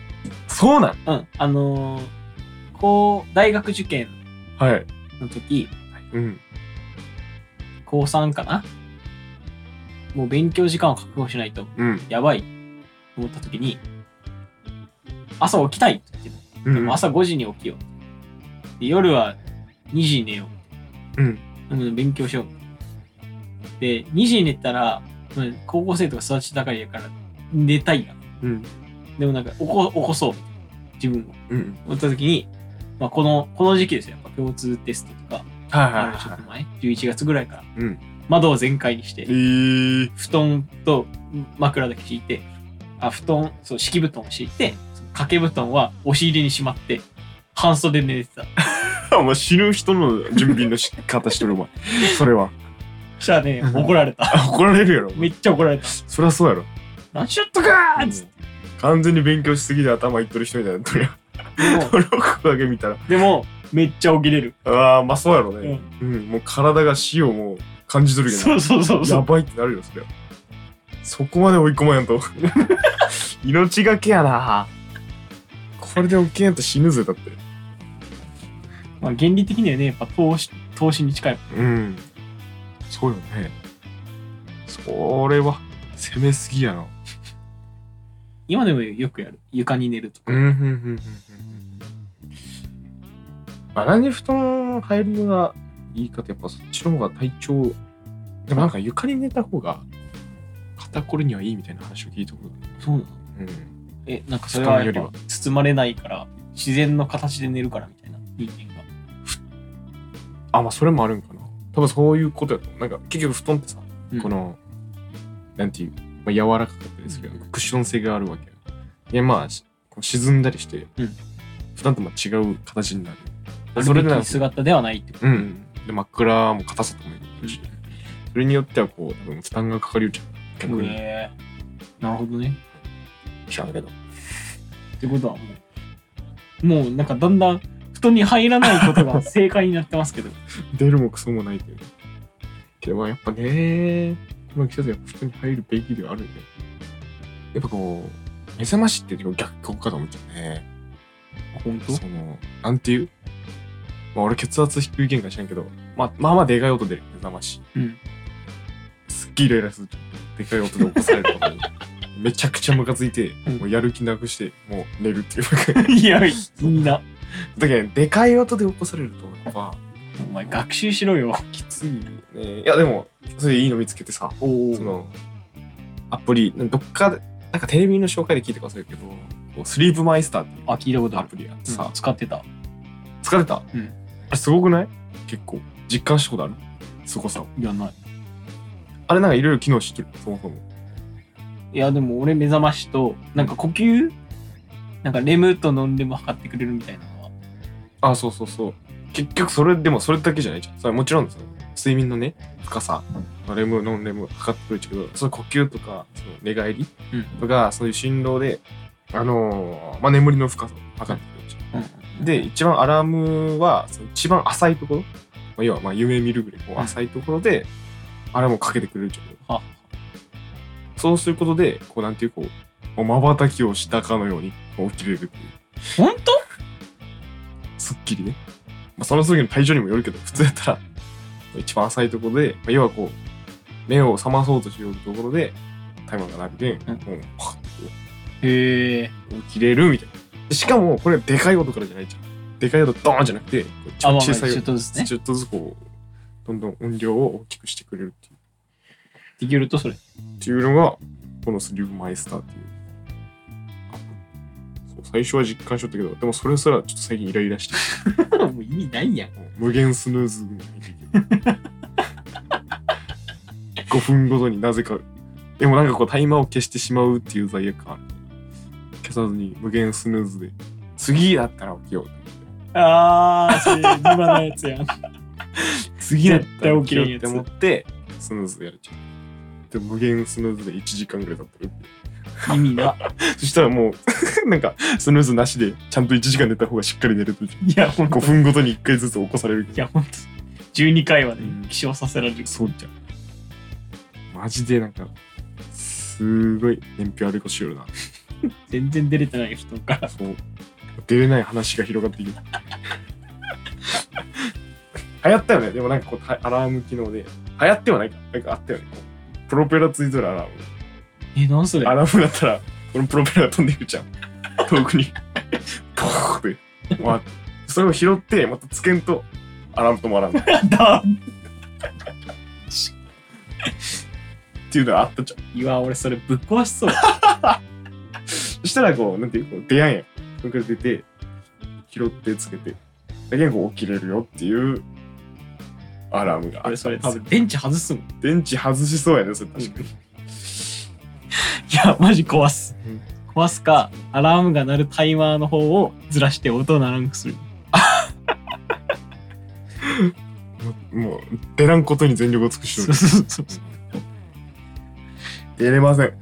S1: そうなん
S2: うん。あのーこう、大学受験
S1: はい
S2: の時、
S1: うん
S2: 高3かなもう勉強時間を確保しないと
S1: うん
S2: やばいと思った時に朝起きたいって言って
S1: う
S2: も
S1: ん
S2: う朝5時に起きようで夜は2時に寝よ
S1: うん
S2: う、うん、勉強しようで2時に寝たらうん高校生とか育ち高いやから寝たいやん
S1: うん
S2: でもなんか起こ起こそう自分を
S1: うん
S2: 思った時に、まあ、このこの時期ですよやっぱ共通テストとか
S1: はいはい
S2: あ
S1: は
S2: るちょっ
S1: い
S2: と前11月ぐらいから
S1: うん
S2: 窓を全開にして
S1: えー、
S2: 布団と枕だけ敷いて、あ、布団、そう、敷布団を敷いて、その掛け布団は押し入れにしまって、半袖で寝てた。
S1: お前死ぬ人の準備の仕方して るお前それは
S2: そしたらね、怒られた。
S1: 怒られるやろお
S2: め
S1: 前
S2: っちゃ怒られた。
S1: そりゃそうやろ
S2: 何しちゃったかーっつって。
S1: 完全に勉強しすぎて頭いっとる人みたいなとりあ
S2: でも
S1: えずこだけ見たら
S2: でも、めっちゃ起きれる。
S1: ああまあそうやろねうん、もう体が死をもう感じとるけど
S2: そうそうそうそ
S1: や
S2: う。
S1: ばいってなるよそりゃそこまで追い込まん と命がけやなこれで起きんと死ぬぜだって
S2: まあ、原理的にはね、やっぱ投資、投資に近い。
S1: うんそうよねそれは攻めすぎやな
S2: 今でもよくやる。床に寝るとか。
S1: うんうんうんうんうんうんまあ何で布団入るのがいいかってやっぱそっちの方が体調でもなんか床に寝た方が肩こりにはいいみたいな話を聞いたこと
S2: そうなの
S1: あるうん
S2: え、なんかそれはや
S1: 布
S2: っ
S1: 団よ
S2: ぱ包まれないから、自然の形で寝るからみたいな、人間が。
S1: あまあそれもあるんかな多分そういうことやと思うなんか結局布団ってさ、
S2: うん
S1: このなんていう、まあ、柔らかかったりするけど、クッション性があるわけよいやまあしこう沈んだりして、
S2: うん
S1: 普段とまあ違う形になる。
S2: そ
S1: それ
S2: れ
S1: でなんか
S2: 姿ではないってこと。
S1: うん、で真っ暗も硬さとかもいるし、それによってはこう多分負担がかかるようじゃん逆に
S2: へーなるほどね。
S1: 知らんけど
S2: ってことはもう、もうなんかだんだん布団に入らないことが正解になってますけど。
S1: 出るもクソもないけどけどまあやっぱねこの季節やっぱ布団に入るべきではあるよねやっぱこう目覚ましって逆効果かと思っちゃうね
S2: 本当
S1: そのなんていうまあ俺血圧低い限界知らんけど、まあ、まあまあでかい音出る目覚まし
S2: うん。
S1: すっげえイライラするでかい音で起こされること にめちゃくちゃムカついて、
S2: うん
S1: もうやる気なくしてもう寝るっていう
S2: いや、いいな。
S1: だけど、でかい音で起こされると、やっぱ、
S2: お前学習しろよ。
S1: きついね。いや、でも、それいいの見つけてさ、
S2: お
S1: その、アプリ、どっかで、なんかテレビの紹介で聞いてか忘れるけど、こうスリープマイスターってい
S2: あ、聞いたこと
S1: う
S2: あ
S1: ア
S2: る。
S1: プリがあって
S2: さ
S1: さ、
S2: 使ってた。
S1: 疲れた、
S2: うん
S1: あれすごくない結構、実感したことあるすごさを。
S2: いや、ない。
S1: あれなんかいろいろ機能知ってる、そもそも。
S2: いや、でも俺目覚ましと、なんか呼吸なんかレムとノンレム測ってくれるみたいなのは。
S1: あ、そうそうそう。結局、それ、でもそれだけじゃないじゃん。それはもちろんですよ。睡眠のね、深さ、レム、ノンレム測ってくるけど、その呼吸とか、その寝返り、
S2: うん。
S1: とかそういう振動で、あのーまあ、眠りの深さを測ってくれるじゃんで一番アラームはその一番浅いところ、まあ、要はまあ夢見るぐらいこう浅いところでアラームをかけてくれるじゃん
S2: は
S1: そうすることでこうなんていうこうまばたきをしたかのようにこう起きれるっていう
S2: 本当
S1: すっきりね、まあ、その時の体調にもよるけど普通やったら一番浅いところで、まあ、要はこう目を覚まそうとしようところでタイマーが鳴って、
S2: うん
S1: もうパッと
S2: へえ。
S1: 起きれるみたいな。しかも、これでかい音からじゃないじゃん。でかい音ドーンじゃなくて、こうち
S2: あ、まあまあ、
S1: 小さい
S2: ちょっ
S1: 音、
S2: とずつね。
S1: ちょっとずつこう、どんどん音量を大きくしてくれるっていう
S2: できるとそれ。
S1: っていうのが、このスリーブマイスターっていう。そう最初は実感しとったけど、でもそれすらちょっと最近イライラして、
S2: もう意味ないやん。
S1: もう無限スヌーズみたいな。5分ごとになぜか、でもなんかこうタイマーを消してしまうっていう罪悪感ある。消さずに無限スヌーズで、次だったら起きようと思って。
S2: ああ、それ今のやつ やん。
S1: 次だったら
S2: 絶対起きれんや
S1: っ
S2: つ
S1: て思ってスヌーズでやるじゃんで無限スヌーズで1時間ぐらい経ってる
S2: 意味が。
S1: そしたらもう なんかスヌーズなしでちゃんと1時間寝た方がしっかり寝れてる
S2: いや、ほん
S1: 5
S2: と。い
S1: 分ごとに1回ずつ起こされる
S2: や、ほんと。12回はね
S1: うん、
S2: 起床させられる。
S1: そうじゃんマジでなんかすごい燃費悪いことしよるな
S2: 全然出れてない人から。
S1: そう出れない話が広がっていく 流行ったよねでもなんかこうたアラーム機能で流行ってはないかなんかあったよねこうプロペラついてるアラーム
S2: え、なんそれ
S1: アラームだったら、このプロペラが飛んでいくじゃん。遠くに。ポーって。まあ、それを拾って、またつけんと、アラーム止まらない。っ
S2: だ
S1: ていうのがあったじゃん。
S2: いや、俺それぶっ壊しそう。
S1: そしたら、こう、なんていう、こう出やんやん。それから出て、拾ってつけて、だけこう起きれるよっていう、アラームがあ
S2: 俺
S1: った
S2: そ
S1: ん
S2: れ
S1: です
S2: 多
S1: よ
S2: 分電池外すもん。い
S1: 電池外しそうやね、それ確かに。
S2: や、マジ壊す
S1: うん。
S2: 壊すか、アラームが鳴るタイマーの方をずらして音を鳴らんくする。
S1: もう、出らんことに全力を尽くしと
S2: そう
S1: る。
S2: そうそうそう。
S1: 出れません。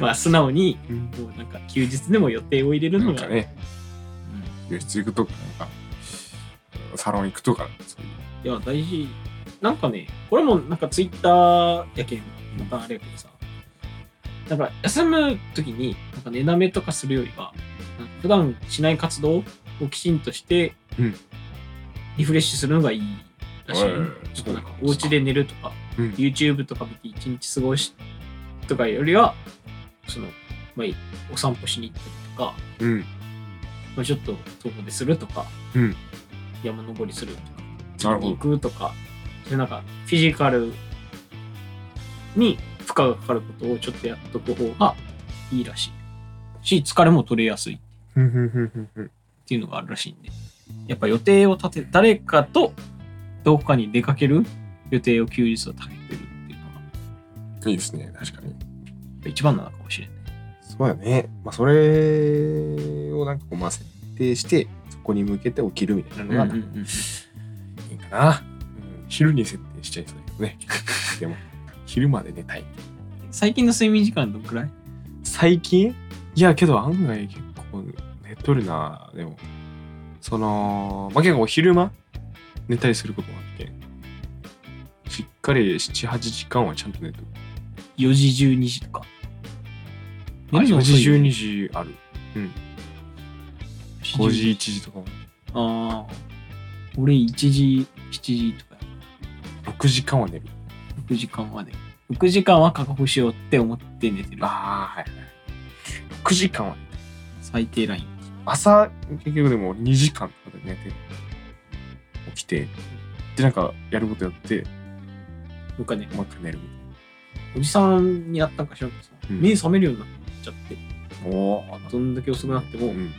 S2: まあ、素直に、
S1: うん
S2: もうなんか休日でも予定を入れる
S1: な
S2: の
S1: んか
S2: が、
S1: ね、輸出行くとか、なんか、サロン行くとか、そういう。
S2: いや、大事。なんかね、これもなんかツイッターやけん、またあれやけどさ、なんか休む時に、なんか寝なめとかするよりは、なんか普段しない活動をきちんとして
S1: うん、
S2: リフレッシュするのがいいらしいね。
S1: ええ
S2: ちょっとなんかお家で寝るとか、
S1: うん
S2: YouTube とか見て一日過ごしとかよりは、その、まあ、お散歩しに行ったりとか、
S1: うん。
S2: まあ、ちょっと遠出するとか、
S1: うん
S2: 山登りするとか、
S1: なるほ
S2: 行
S1: ど。
S2: くとか、そういうなんかフィジカルに負荷がかかることをちょっとやっとく方がいいらしい。し、疲れも取れやすいっ
S1: ふんふんふんふんふん
S2: ていうのがあるらしいんで、やっぱ予定を立て、誰かとどこかに出かける予定を休日を立ててるっていうのが
S1: いいですね、確かに。
S2: 一番なのかもしれない。
S1: そそうやね。まあ、それをなんかこう、まあ、設定して、そこに向けて起きるみたいなのが、
S2: うんうん
S1: い
S2: うん
S1: いかな、うん昼に設定しちゃいそうだけど ね。でも、昼まで寝たい。
S2: 最近の睡眠時間どんくらい
S1: 最近いや、けど案外結構寝とるな。でも、その、まあ、結構昼間寝たりすることもあって、しっかり7、8時間はちゃんと寝とる。
S2: ?4 時12時とか。
S1: あ
S2: 寝るの
S1: 4時
S2: 遅いよね
S1: 12時ある。5時1時とかも。
S2: ああ。俺1時、7時とか、
S1: 6時間は寝る。
S2: 6時間まで。6時間は確保しようって思って寝てる。
S1: ああ、はいはい。6時間は
S2: 最低ライン。
S1: 朝、結局でも2時間とかで寝て、起きて、で、なんかやることやって、
S2: なんかね、
S1: もう一回寝る。
S2: おじさんになったんかしらんけどさ、
S1: うん
S2: 目覚めるようになっちゃって、
S1: おお。
S2: どんだけ遅くなっても、
S1: う
S2: 7
S1: ん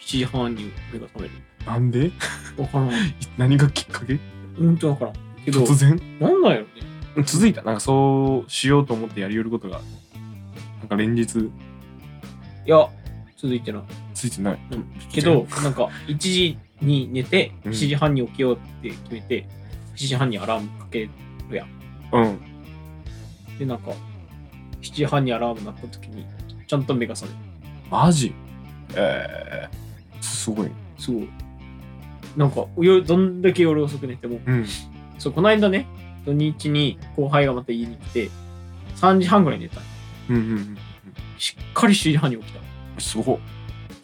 S2: 時半に目が覚める。
S1: なんで
S2: わからん。
S1: 何がきっかけ
S2: うんとわからん。けど、
S1: 突然
S2: なんだよね。
S1: 続いたなんかそうしようと思ってやりよることが、なんか連日
S2: いや、続いてない。
S1: ついてない。
S2: うんけど、なんか、1時に寝て、
S1: うん
S2: 7時半に起きようって決めて、7時半にアラームかけ
S1: うん。
S2: て、なんか、7時半にアラーム鳴った時に、ちゃんと目が覚める。
S1: マジええすごい。
S2: すごい。なんか、夜どんだけ夜遅く寝ても、
S1: うん。
S2: そう、この間ね、土日に後輩がまた家に来て、3時半ぐらいに寝た。
S1: うんうんうん。
S2: しっかり7時半に起きた。
S1: すご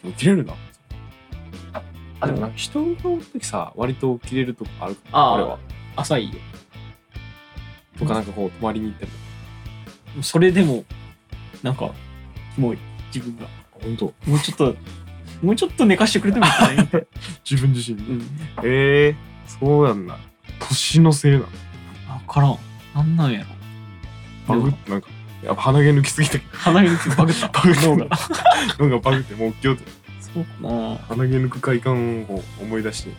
S1: い。起きれるな。あ、でもなんか人がおるときさ、割と起きれるとこあるか
S2: あ
S1: ら、
S2: あ
S1: 俺は。
S2: 浅いよ。
S1: とかなんかこう、泊まりに行ったり
S2: それでも、なんか、キモい。自分が。
S1: ほんと
S2: もうちょっと、もうちょっと寝かしてくれてもいいか ね。
S1: 自分自身
S2: う
S1: に。
S2: ん。
S1: ええそうやんな。年のせいなの。
S2: わからん。なんなんやろ。
S1: バグってなんか、やっぱ鼻毛抜きすぎたけど
S2: 鼻にバグった。
S1: バグって
S2: 脳
S1: な
S2: が。
S1: んかバグってもう起きようと。
S2: そうかな。
S1: 鼻毛抜く快感をこう思い出して、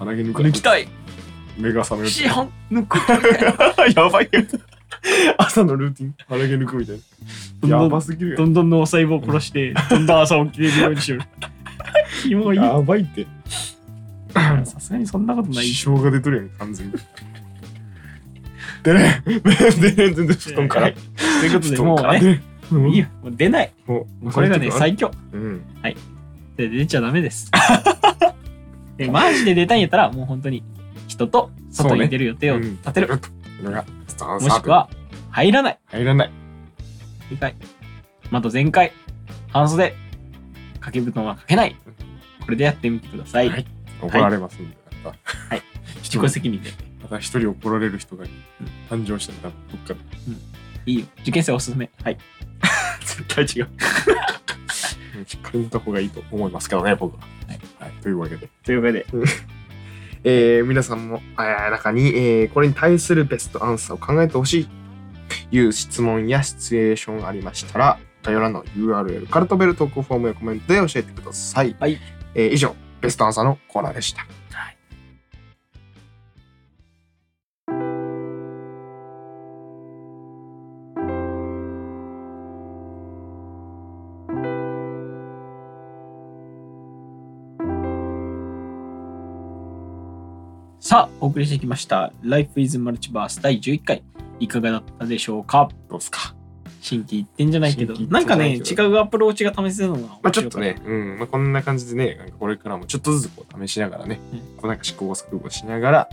S1: 鼻毛抜く
S2: 抜きたい。
S1: 目が覚める。
S2: 四半抜く。
S1: やばいよ。朝のルーティン。鼻毛抜くみたいな。やばすぎる
S2: どんどん脳細胞殺して、どんどん朝起きれるようにし よう。キモ
S1: やん。
S2: い。
S1: やばいって。
S2: さすがにそんなことない。
S1: 支障が出とるやん、完全に。でね、でね、全然布団から。
S2: ということで、もうね、
S1: ね。
S2: いい
S1: い
S2: よ。もう出ない。
S1: もう
S2: これがね、最強。
S1: うん。
S2: で出ちゃダメです。 でマジで出たいんやったら、もう本当に人と外に出る予定を立てる。
S1: のが、スタン
S2: もしくは、入らない。
S1: 入らない。
S2: 理解。また全開。半袖。掛け布団はかけない。これでやってみてください。
S1: はい怒られますんで。また
S2: はい。自己責任で。
S1: また一人怒られる人が誕生したら、どっかで。
S2: いいよ。受験生おすすめ。はい。
S1: 絶対違う。しっかり見た方がいいと思いますけどね、僕は。はい。というわけで。
S2: というわけで、
S1: えー皆さんもえー中に、えーこれに対するベストアンサーを考えてほしいという質問やシチュエーションがありましたら概要欄の URL から飛べる投稿フォームやコメントで教えてください、
S2: はい
S1: えー以上ベストアンサーのコーナーでした
S2: はいさあ、お送りしてきました。Life is Multiverse 第11回。いかがだったでしょうか
S1: どうですか、
S2: 新規言ってんじゃないけど、
S1: 心機一転
S2: なん
S1: じ
S2: か
S1: ゃな
S2: ね、
S1: いけ
S2: 違
S1: ど
S2: うアプローチが試せるのが面白か
S1: まあ、ちょっとね、うんまあ、こんな感じでねなんかこれからもちょっとずつこう試しながらね、
S2: うん
S1: こうなんか試行錯誤しながら、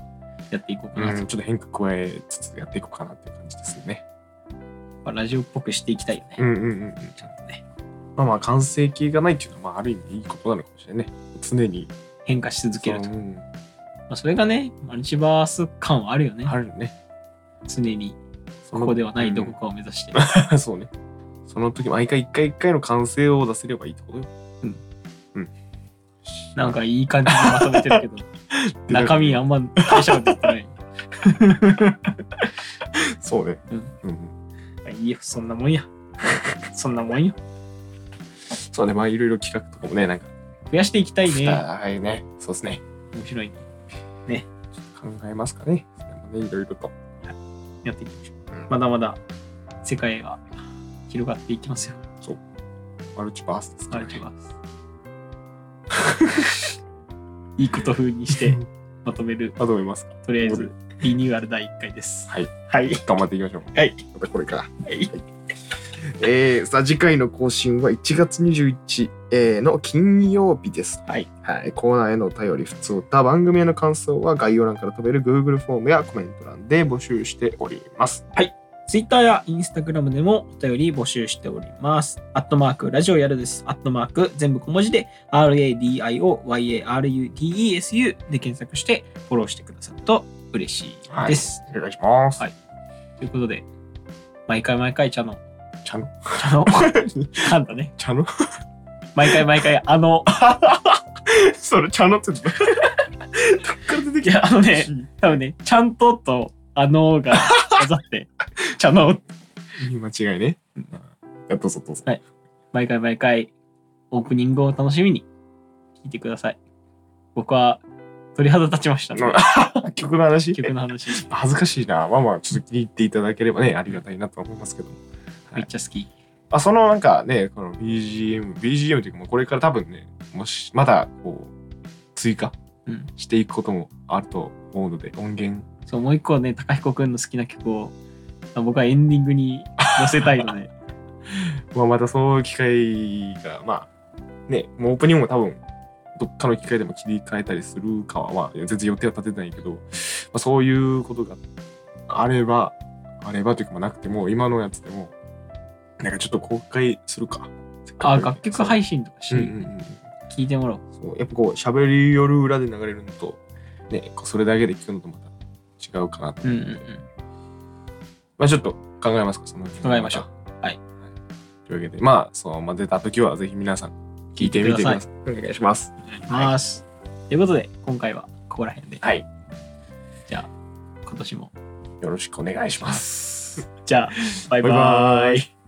S2: やっていこうか
S1: う
S2: なと。
S1: んちょっと変化加えつつやっていこうかなっていう感じですよね
S2: やっぱラジオっぽくしていきたいよね。
S1: うんうんうんうん
S2: ちゃんとね、
S1: まあまあ完成形がないっていうのは、まあ、ある意味いいことなのかもしれないね常に
S2: 変化し続けると。
S1: そううん
S2: まあ、それがね、マルチバース感はあるよね。
S1: あるよね。
S2: 常に
S1: そ
S2: こ
S1: の
S2: こではないどこかを目指して。
S1: うん そうね。その時、毎回一回一回の完成を出せればいいってことよ。
S2: うん。
S1: うん。
S2: なんかいい感じにまとめてるけ ど、中身あんま大したこと言ってない。
S1: そうね。う
S2: う
S1: んん。
S2: いいよ、そんなもんや。そんなもんよ。
S1: そうね。まあ、いろいろ企画とかもね、なんか。
S2: 増やしていきたいね。
S1: はいね。そうですね。
S2: 面白いね。
S1: 考えますかね。それもね、いろいろと。
S2: やっていきましょう。
S1: うん
S2: まだまだ世界が広がっていきますよ。
S1: そうマルチバースですか
S2: マ
S1: ね
S2: ルチバース。いいこと風にしてまとめる、
S1: あと思いますか
S2: とりあえずリニューアル第1回です。
S1: はい。
S2: はい。
S1: 頑張っていきましょう
S2: はい。
S1: またこれか
S2: はい。
S1: えー、さあ次回の更新は1月21日、えーの金曜日です。
S2: はい。
S1: はい、コーナーへのお便り、普通歌、番組への感想は概要欄から飛べる Google フォームやコメント欄で募集しております。
S2: Twitter や Instagram でもお便り募集しております。アットマーク、ラジオやるです。アットマーク、全部小文字で、RADIOYARUDESU で検索してフォローしてくださると嬉しいです。
S1: お願いします。
S2: はいということで、毎回毎回茶の、
S1: 茶の
S2: 茶 の、なんだね。
S1: 茶の
S2: 毎回毎回あの、
S1: それ茶のって言った。どっから出てき
S2: いや
S1: た
S2: あのね多分ね、ちゃんととあのが混ざ って、茶の
S1: 間違いね。うんいやどうぞどうぞ。
S2: 毎回毎回オープニングを楽しみに聞いてください。僕は鳥肌立ちました、ね。
S1: うん 曲の話
S2: 曲の 話、
S1: 恥ずかしいな。まあまあ、ちょっと気に入っていただければね、ありがたいなと思いますけども。
S2: めっちゃ好き。
S1: まあ、そのなんかね、この BGM、BGM というか、もうこれから多分ね、もし、まだこう、追加
S2: うん。
S1: していくこともあると思うので、音源、
S2: そう、もう一個ね、高彦くんの好きな曲を僕はエンディングに載せたい ので、
S1: まあ、またそういう機会が、まあ、ね、もうオープニングも多分、どっかの機会でも切り替えたりするかは、まあ、いや全然予定は立ててないけど、まあ、そういうことがあれば、あればというか、まあなくても、今のやつでも、なんかちょっと公開するか。せっかく
S2: あ、
S1: なんで
S2: 楽曲配信とかし
S1: そう
S2: て
S1: うんうんうん。
S2: 聞いてもらおう。
S1: そうやっぱこう喋りよる裏で流れるのと、ね、こうそれだけで聞くのとまた違うかなと、
S2: うんうんうん。
S1: まあちょっと考えますかその辺
S2: 考えましょう
S1: た
S2: はい
S1: というわけでまあそう、まあ、出た時はぜひ皆さん聞いてみてくださいお願いします
S2: お願いします。ということで、今回はここら辺で、
S1: はい
S2: じゃあ今年も。
S1: よろしくお願いします
S2: じゃあ、バイバ
S1: バイバー
S2: イ
S1: イ。